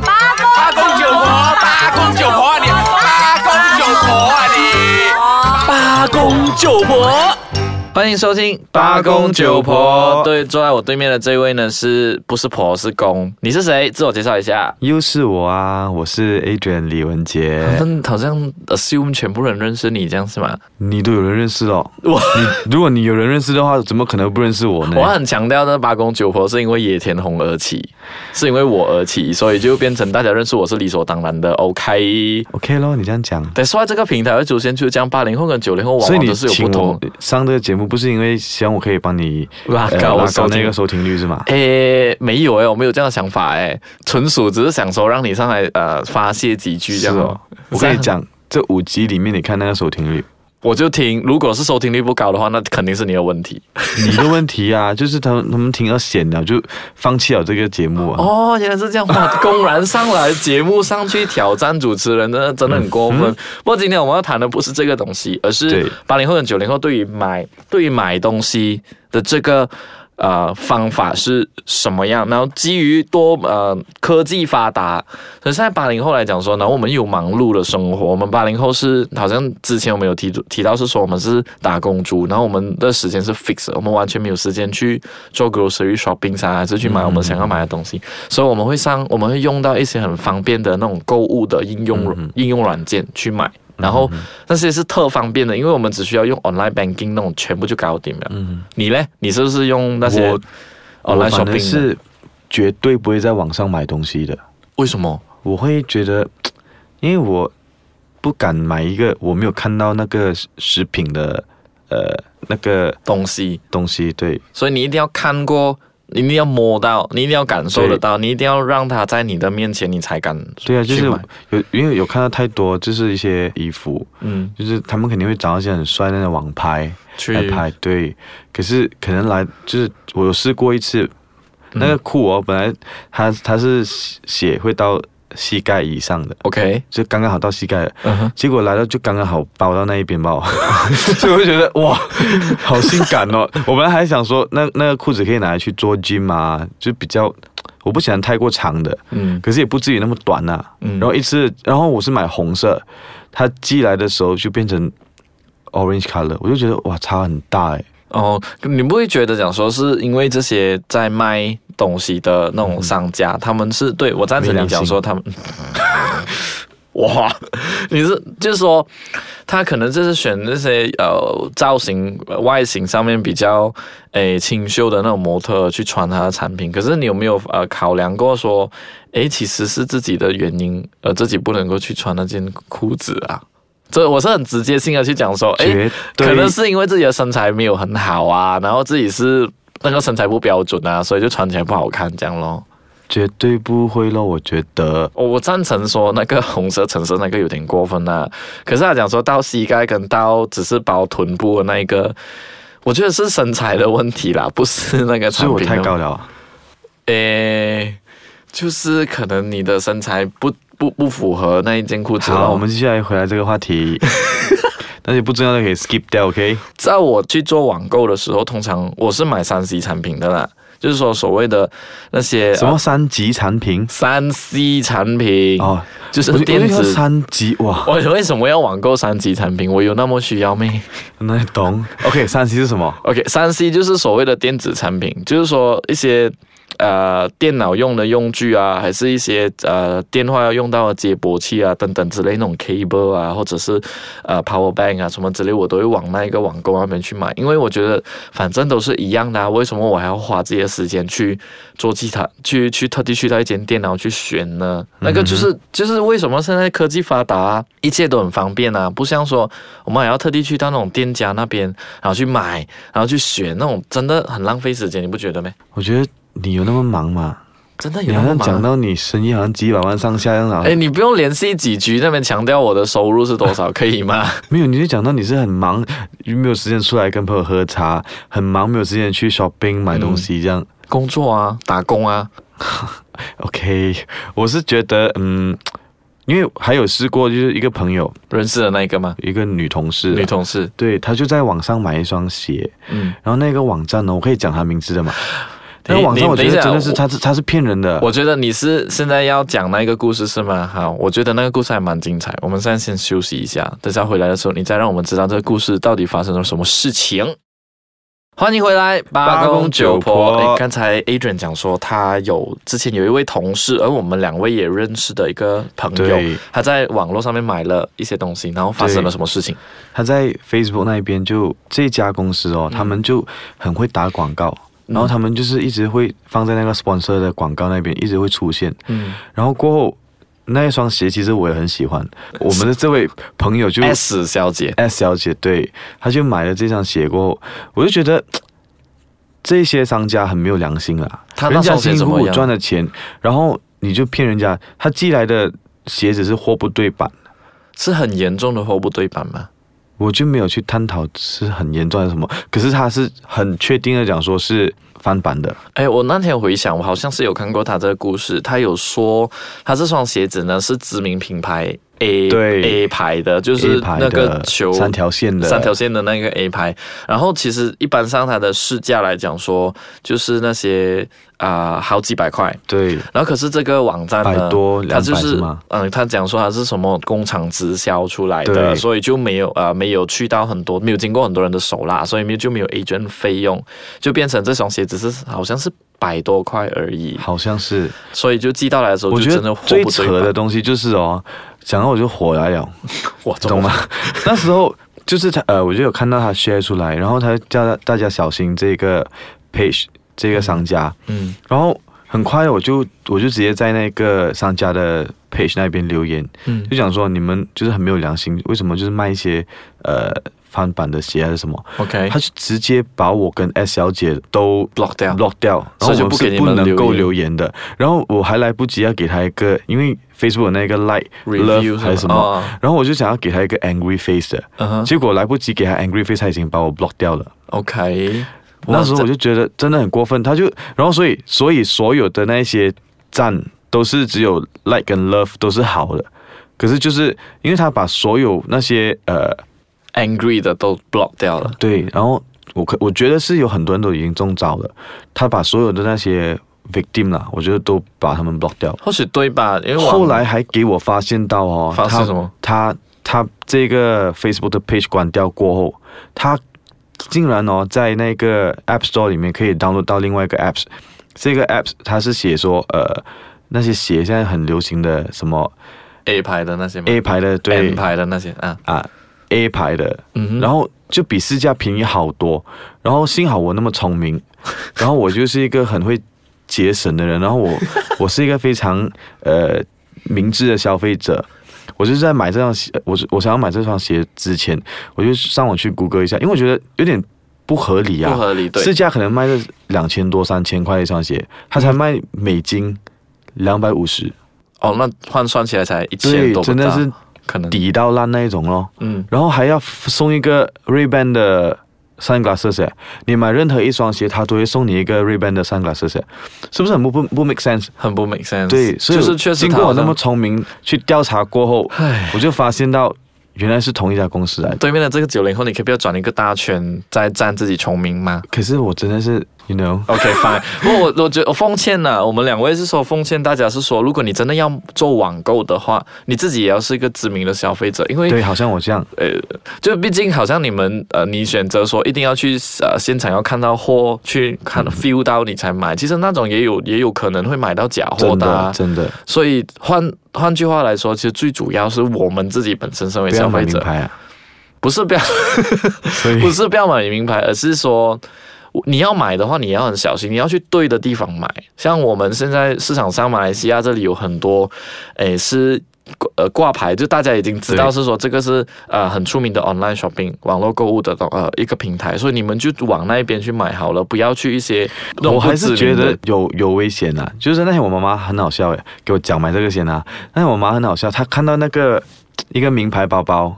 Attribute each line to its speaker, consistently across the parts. Speaker 1: 八公九婆，八公九婆啊你，八公九婆啊你，八公九婆。
Speaker 2: 欢迎收听
Speaker 3: 八公九婆
Speaker 2: 对，坐在我对面的这位呢，是不是婆是公？你是谁？自我介绍一下。
Speaker 3: 又是我啊，我是 Adrian 李文杰，
Speaker 2: 他们好像 assume 全部人认识你这样是吗？
Speaker 3: 你都有人认识了。哇，如果你有人认识的话，怎么可能不认识我呢？
Speaker 2: 我很强调，那八公九婆是因为野田红而起，是因为我而起，所以就变成大家认识我是理所当然的。OK，
Speaker 3: OK 咯，你这样讲，
Speaker 2: 但是这个平台会出现，就是将八零后跟九零后往
Speaker 3: 所以
Speaker 2: 往
Speaker 3: 你
Speaker 2: 都是有
Speaker 3: 请
Speaker 2: 不同
Speaker 3: 我。上这个节目，不是因为希望我可以帮你
Speaker 2: 拉
Speaker 3: 呃
Speaker 2: 高
Speaker 3: 拉
Speaker 2: 收
Speaker 3: 高
Speaker 2: 听
Speaker 3: 那个收听率是吗？
Speaker 2: 哎诶，没有诶，我没有这样的想法诶，纯属只是想说让你上来呃发泄几句这样
Speaker 3: 是
Speaker 2: 哦
Speaker 3: 哦。我跟你
Speaker 2: 这样，
Speaker 3: 讲，这五集里面，你看那个收听率，
Speaker 2: 我就听，如果是收听率不高的话，那肯定是你的问题。
Speaker 3: 你的问题啊， 就是他们他们听到闲了，就放弃了这个节目啊。
Speaker 2: 哦，原来是这样哇！ 公然上来节目上去挑战主持人，真的真的很过分。不过今天我们要谈的不是这个东西，而是
Speaker 3: 对
Speaker 2: 八零后跟九零后对于买对于买东西的这个。呃，方法是什么样？然后基于多呃科技发达，可是现在八零后来讲说，呢，我们有忙碌的生活，我们八零后是好像之前我们有提提到是说我们是打工族，然后我们的时间是 fix，的我们完全没有时间去做 grocery shopping 啊，还是去买我们想要买的东西，所以我们会上我们会用到一些很方便的那种购物的应用、应用软件去买。然后
Speaker 3: 嗯
Speaker 2: 那些是特方便的，因为我们只需要用 online banking 那种，全部就搞定了。你嘞？你是不是用那些
Speaker 3: 嗯我
Speaker 2: online
Speaker 3: 我反而
Speaker 2: 哦 shopping？的
Speaker 3: 是绝对不会在网上买东西的。
Speaker 2: 为什么？
Speaker 3: 我会觉得，因为我不敢买一个我没有看到那个食食品的呃那个
Speaker 2: 东西
Speaker 3: 东西，对，
Speaker 2: 所以你一定要看过，你一定要摸到，你一定要感受得到，你一定要让它在你的面前，你才敢
Speaker 3: 对啊，就
Speaker 2: 去
Speaker 3: 是
Speaker 2: 买
Speaker 3: 有因为有看到太多，就是一些衣服，
Speaker 2: 嗯
Speaker 3: 就是他们肯定会找一些很帅的那种网拍
Speaker 2: 去
Speaker 3: 来拍，对，可是可能来就是我有试过一次，
Speaker 2: 嗯
Speaker 3: 那个裤哦，本来它它是血会到膝盖以上的，
Speaker 2: OK，
Speaker 3: 就刚刚好到膝盖了。
Speaker 2: 嗯哼，
Speaker 3: 结果来到就刚刚好包到那一 边包，所以我就觉得哇，好性感哦！我本来还想说，那那个裤子可以拿来去做 gym 啊，就比较我不喜欢太过长的，
Speaker 2: 嗯
Speaker 3: 可是也不至于那么短呐、
Speaker 2: 嗯
Speaker 3: 然后一次，然后我是买红色，它寄来的时候就变成 orange color，我就觉得哇，差很大哎。
Speaker 2: 哦，你不会觉得讲说是因为这些在卖东西的那种商家，他们是对我赞成你讲说他们。 哇，你是就是说，他可能就是选那些呃造型、呃外形上面比较诶清秀的那种模特儿去穿他的产品。可是你有没有呃考量过说，诶，其实是自己的原因，呃，自己不能够去穿那件裤子啊？这我是很直接性的去讲说，诶，
Speaker 3: 绝对
Speaker 2: 可能是因为自己的身材没有很好啊，然后自己是那个身材不标准啊，所以就穿起来不好看这样咯。
Speaker 3: 绝对不会咯，我觉得
Speaker 2: 我我赞成说那个红色、橙色那个有点过分啦、可是他讲说到膝盖跟到只是包臀部的那一个，我觉得是身材的问题啦，不是那个
Speaker 3: 所
Speaker 2: 产
Speaker 3: 以我
Speaker 2: 品的
Speaker 3: 太高了啊。
Speaker 2: 诶，就是可能你的身材不不不符合那一件裤子咯。
Speaker 3: 好，我们接下来回来这个 话题，那些不重要的可以 skip 掉，OK？
Speaker 2: 在我去做网购的时候，通常我是买三 C 产品的啦，就是说所谓的那些
Speaker 3: 什么三级产品？
Speaker 2: 呃三 C 产品，
Speaker 3: 哦，
Speaker 2: 就是
Speaker 3: 我就
Speaker 2: 电
Speaker 3: 我就要
Speaker 2: 子。
Speaker 3: 三级哇，
Speaker 2: 我为什么要网购三 C 产品？我有那么需要吗
Speaker 3: 那你懂？OK，三级是什么？
Speaker 2: ？OK，三 C 就是所谓的电子产品，就是说一些呃电脑用的用具啊，还是一些呃电话要用到的接驳器啊等等之类那种 cable 啊，或者是呃 power bank 啊什么之类，我都会往那一个网购那边去买，因为我觉得反正都是一样的、啊，为什么我还要花自己的时间去做其他，去去特地去到一间店然后去选呢？那个就是就是为什么现在科技发达、一切都很方便啊，不像说我们还要特地去到那种店家那边，然后去买，然后去选那种，真的很浪费时间，你不觉得吗？
Speaker 3: 我觉得你有那么忙吗？
Speaker 2: 真的有
Speaker 3: 你
Speaker 2: 那
Speaker 3: 好
Speaker 2: 么
Speaker 3: 像
Speaker 2: 忙
Speaker 3: 讲
Speaker 2: 啊？
Speaker 3: 到你生意好像几百万上下样啊了，
Speaker 2: 哎，你不用连续几局那边强调我的收入是多少，可以吗？
Speaker 3: 没有，你就讲到你是很忙，没有时间出来跟朋友喝茶，很忙，没有时间去 shopping 买东
Speaker 2: 嗯
Speaker 3: 西这样。
Speaker 2: 工作啊，打工啊，
Speaker 3: OK，我是觉得嗯，因为还有试过，就是一个朋友，
Speaker 2: 认识的那一个吗？
Speaker 3: 一个女同事，啊
Speaker 2: 女同事，
Speaker 3: 对，她就在网上买一双鞋，
Speaker 2: 嗯，
Speaker 3: 然后那个网站呢，我可以讲她名字的嘛？那
Speaker 2: 你
Speaker 3: 网上
Speaker 2: 你
Speaker 3: 我觉
Speaker 2: 等一
Speaker 3: 得
Speaker 2: 下
Speaker 3: 真的是
Speaker 2: 我
Speaker 3: 他是他是骗人 的。
Speaker 2: 我觉得你是现在要讲那个故事是吗？好，我觉得那个故事还蛮精彩。我们现在先休息一下，等下回来的时候你再让我们知道这个故事到底发生了什么事情。欢迎回来，八
Speaker 3: 八
Speaker 2: 公
Speaker 3: 公
Speaker 2: 九
Speaker 3: 九
Speaker 2: 婆。
Speaker 3: 婆
Speaker 2: 哎，刚才 Adrian 讲说他有之前有一位同事，而我们两位也认识的一个朋友
Speaker 3: 对，
Speaker 2: 他在网络上面买了一些东西，然后发生了
Speaker 3: 对
Speaker 2: 什么事情？
Speaker 3: 他在 Facebook 那边就这家公司哦，他们就很会打广告，
Speaker 2: 嗯
Speaker 3: 然后他们就是一直会放在那个 sponsor 的广告那边，一直会出现。
Speaker 2: 嗯
Speaker 3: 然后过后那一双鞋其实我也很喜欢，我们的这位朋友就
Speaker 2: ，S 小姐，
Speaker 3: S 小姐，对，她就买了这双鞋过后，我就觉得这些商家很没有良心啦。
Speaker 2: 她那
Speaker 3: 人家
Speaker 2: 双鞋
Speaker 3: 辛辛苦
Speaker 2: 怎么
Speaker 3: 苦
Speaker 2: 样
Speaker 3: 赚的钱，然后你就骗人家，他寄来的鞋子是货不对版，
Speaker 2: 是很严重的货不对版吗？
Speaker 3: 我就没有去探讨是很严重还是什么。可是他是很确定的讲说是翻版的，
Speaker 2: 哎，我那天回想，我好像是有看过他这个故事，他有说他这双鞋子呢是知名品牌 A
Speaker 3: 对
Speaker 2: A 牌的，就是
Speaker 3: A 牌
Speaker 2: 那个
Speaker 3: 的
Speaker 2: 球
Speaker 3: 三条线的
Speaker 2: 三条线的那个 A 牌。然后其实一般上它的市价来讲说，就是那些啊、好几百块。
Speaker 3: 对，
Speaker 2: 然后可是这个网站呢，
Speaker 3: 百多
Speaker 2: 它就
Speaker 3: 200
Speaker 2: 是
Speaker 3: 是吗
Speaker 2: 嗯，他讲说它是什么工厂直销出来的，
Speaker 3: 对
Speaker 2: 所以就没有呃没有去到很多，没有经过很多人的手啦，所以没有就没有 agent 费用，就变成这双鞋子是好像是百多块而 已，
Speaker 3: 好像是。
Speaker 2: 所以就寄到来的时候
Speaker 3: 我
Speaker 2: 就
Speaker 3: 觉
Speaker 2: 真的
Speaker 3: 得
Speaker 2: 货
Speaker 3: 最
Speaker 2: 不对
Speaker 3: 扯的
Speaker 2: 版，
Speaker 3: 东西就是哦，讲到我就火来了。
Speaker 2: 哇， 怎么
Speaker 3: 懂吗
Speaker 2: 办？？
Speaker 3: 那时候就是他呃，我就有看到他 share 出来，然后他叫大大家小心这个 page 这个商家，
Speaker 2: 嗯
Speaker 3: 然后很快我就我就直接在那个商家的 page 那边留言，
Speaker 2: 嗯
Speaker 3: 就讲说你们就是很没有良心，为什么就是卖一些呃翻版的鞋还是什么？
Speaker 2: ，OK，
Speaker 3: 他就直接把我跟 S 小姐都
Speaker 2: block 掉
Speaker 3: block 掉，
Speaker 2: 所
Speaker 3: 然后
Speaker 2: 以就
Speaker 3: 我
Speaker 2: 不
Speaker 3: 是
Speaker 2: 给你
Speaker 3: 不
Speaker 2: 们
Speaker 3: 能
Speaker 2: 留
Speaker 3: 够留言的。然后我还来不及要给他一个，因为 Facebook 那个 like
Speaker 2: Review
Speaker 3: love 还是什
Speaker 2: 什么哦
Speaker 3: 么，然后我就想要给他一个 angry face 的，
Speaker 2: 嗯哼
Speaker 3: 结果来不及给他 angry face，他已经把我 block 掉了。
Speaker 2: ，OK，哇
Speaker 3: 那时候我
Speaker 2: 这
Speaker 3: 就觉得真的很过分，他就然后所以所以所有的那些赞都是只有 like 跟 love 都是好的，可是就是因为他把所有那些呃
Speaker 2: angry 的都 block 掉了，
Speaker 3: 对，然后我可我觉得是有很多人都已经中招了，他把所有的那些 victim 啦，我觉得都把他们 block 掉。
Speaker 2: 或许对吧？因为网
Speaker 3: 后来还给我发现到哦，
Speaker 2: 发生什么
Speaker 3: 他他他这个 Facebook 的 page 关掉过后，他竟然哦在那个 App Store 里面可以 download 到另外一个 apps，这个 apps 它是写说呃那些鞋现在很流行的什么
Speaker 2: A 牌的那些嘛
Speaker 3: A 牌的对
Speaker 2: M 牌的那些啊，
Speaker 3: 啊 A 牌的，
Speaker 2: 嗯哼
Speaker 3: 然后就比市价便宜好多。然后幸好我那么 聪明，然后我就是一个很会节省的人，然后 我我是一个非常呃明智的消费者。我就是在买这双鞋，我是我想要买这双鞋之前，我就上网去谷歌一下，因为我觉得有点不合理啊，
Speaker 2: 不合理对
Speaker 3: 市价可能卖了两千多、三千块一双鞋，它
Speaker 2: 嗯
Speaker 3: 才卖美金两百五十，
Speaker 2: 哦，那换算起来才一千
Speaker 3: 对，
Speaker 2: 多不到，
Speaker 3: 真的是
Speaker 2: 可能
Speaker 3: 抵到烂那一种咯。
Speaker 2: 嗯，
Speaker 3: 然后还要送一个 Ray-Ban 的 sunglasses，哎你买任何一双鞋，他都会送你一个 Ray-Ban 的 sunglasses，哎是不是很不不不 make sense？
Speaker 2: 很不 make sense。
Speaker 3: 对，所以
Speaker 2: 就是嗯确实
Speaker 3: 经
Speaker 2: 他
Speaker 3: 过
Speaker 2: 好
Speaker 3: 我那
Speaker 2: 像
Speaker 3: 么聪明去调查过后
Speaker 2: 唉，
Speaker 3: 我就发现到原来是同一家公司来的。
Speaker 2: 对面的这个九零后，你可以不要转一个大圈再占自己聪明吗？
Speaker 3: 可是我真的是，you know，
Speaker 2: OK fine，不过我我觉得我奉劝呢、我们两位是说奉劝大家是说，如果你真的要做网购的话，你自己也要是一个知名的消费者，因为
Speaker 3: 对，好像我这样，
Speaker 2: 呃，就毕竟好像你们呃，你选择说一定要去呃现场要看到货，去看 feel 到你才买，其实那种也有也有可能会买到假货
Speaker 3: 真
Speaker 2: 的、
Speaker 3: 的
Speaker 2: 啊，
Speaker 3: 真的，
Speaker 2: 所以换换句话来说，其实最主要是我们自己本身身为
Speaker 3: 不
Speaker 2: 消
Speaker 3: 要买
Speaker 2: 费
Speaker 3: 名
Speaker 2: 者，
Speaker 3: 牌 啊，
Speaker 2: 不是不要
Speaker 3: 所以
Speaker 2: 不是不要买名牌，而是说。你要买的话，你要很小心，你要去对的地方买。像我们现在市场上，马来西亚这里有很多，诶是呃挂牌，就大家已经知道
Speaker 3: 对
Speaker 2: 是说这个是呃很出名的 online shopping 网络购物的呃一个平台，所以你们就往那边去买好了，不要去一些那种
Speaker 3: 我
Speaker 2: 不
Speaker 3: 还
Speaker 2: 知名
Speaker 3: 是觉
Speaker 2: 的
Speaker 3: 得有有危险呐、就是那天我妈妈很好笑诶，给我讲买这个先啊。那天我妈很好笑，她看到那个一个名牌包包，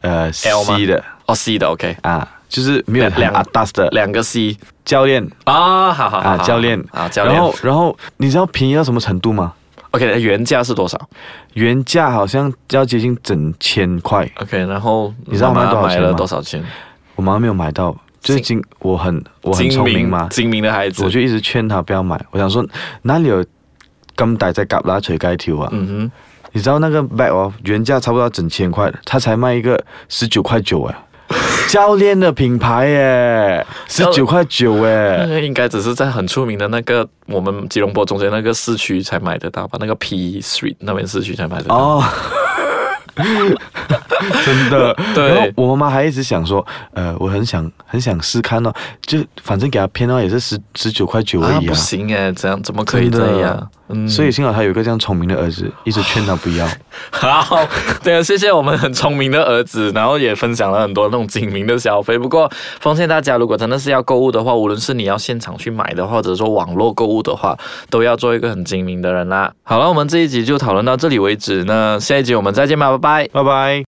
Speaker 3: 呃
Speaker 2: L 吗
Speaker 3: ，C 的
Speaker 2: 哦 C 的 OK，
Speaker 3: 啊，就是没有
Speaker 2: 两两
Speaker 3: 很 atas 的
Speaker 2: 两个 C
Speaker 3: 教练
Speaker 2: 啊，好好好
Speaker 3: 啊，教练
Speaker 2: 啊教练，
Speaker 3: 然后然后你知道便宜到什么程度吗？
Speaker 2: OK 原价是多少
Speaker 3: 原价好像要接近整千块，
Speaker 2: ？OK，然后
Speaker 3: 你知道
Speaker 2: 妈
Speaker 3: 卖多
Speaker 2: 妈
Speaker 3: 少
Speaker 2: 买
Speaker 3: 钱
Speaker 2: 了
Speaker 3: 吗
Speaker 2: 多少钱？
Speaker 3: 我妈没有买到，就是精，我很我很聪明嘛，
Speaker 2: 精明的孩子，
Speaker 3: 我就一直劝他不要买。我想说哪里有咁大只蛤乸隨街跳啊？
Speaker 2: 嗯
Speaker 3: 你知道那个 bag 哦，原价差不多要整千块，他才卖一个十九块九哎，教练的品 牌耶，十
Speaker 2: 教
Speaker 3: 九块九
Speaker 2: 哼，那
Speaker 3: 哎，
Speaker 2: 个应该只是在很出名的那个我们吉隆坡中间那个市区才买得到吧？那个 P Street 那边市区才买得到。
Speaker 3: 哦。 真的，
Speaker 2: 对
Speaker 3: 然后我妈妈还一直想说，呃，我很想很想试看哦，就反正给她骗到哦也是十十九块九而
Speaker 2: 啊，
Speaker 3: 已
Speaker 2: 不
Speaker 3: 啊，
Speaker 2: 行哎，怎样怎么可以
Speaker 3: 真的
Speaker 2: 这样？嗯
Speaker 3: 所以幸好她有一个这样聪明的儿子，一直劝她不要。
Speaker 2: 好，对，谢谢我们很聪明的儿子，然后也分享了很多那种精明的消费。不过，奉劝大家，如果真的是要购物的话，无论是你要现场去买的话，或者说网络购物的话，都要做一个很精 明的人啦。好了，我们这一集就讨论到这里为止，那下一集我们再见吧，拜拜。
Speaker 3: 拜拜。